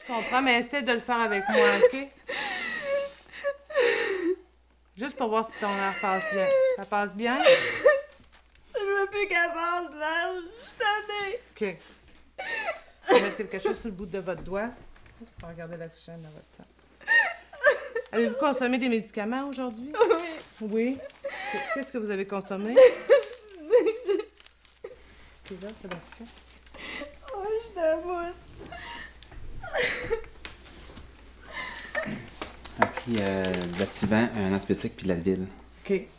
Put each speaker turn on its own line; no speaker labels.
Je comprends, mais essaie de le faire avec moi, OK? Juste pour voir si ton air passe bien. Ça passe bien?
Je veux plus qu'elle passe, là. Je suis tannée.
OK. Je vais mettre quelque chose sur le bout de votre doigt. Juste pour regarder l'oxygène dans votre sang. Avez-vous consommé des médicaments aujourd'hui? Oui. Qu'est-ce que vous avez consommé? C'était là, Sébastien.
Oh, je suis de bout.
Ah, puis euh, de l'activant, un antibiotique, puis de l'advil.
OK.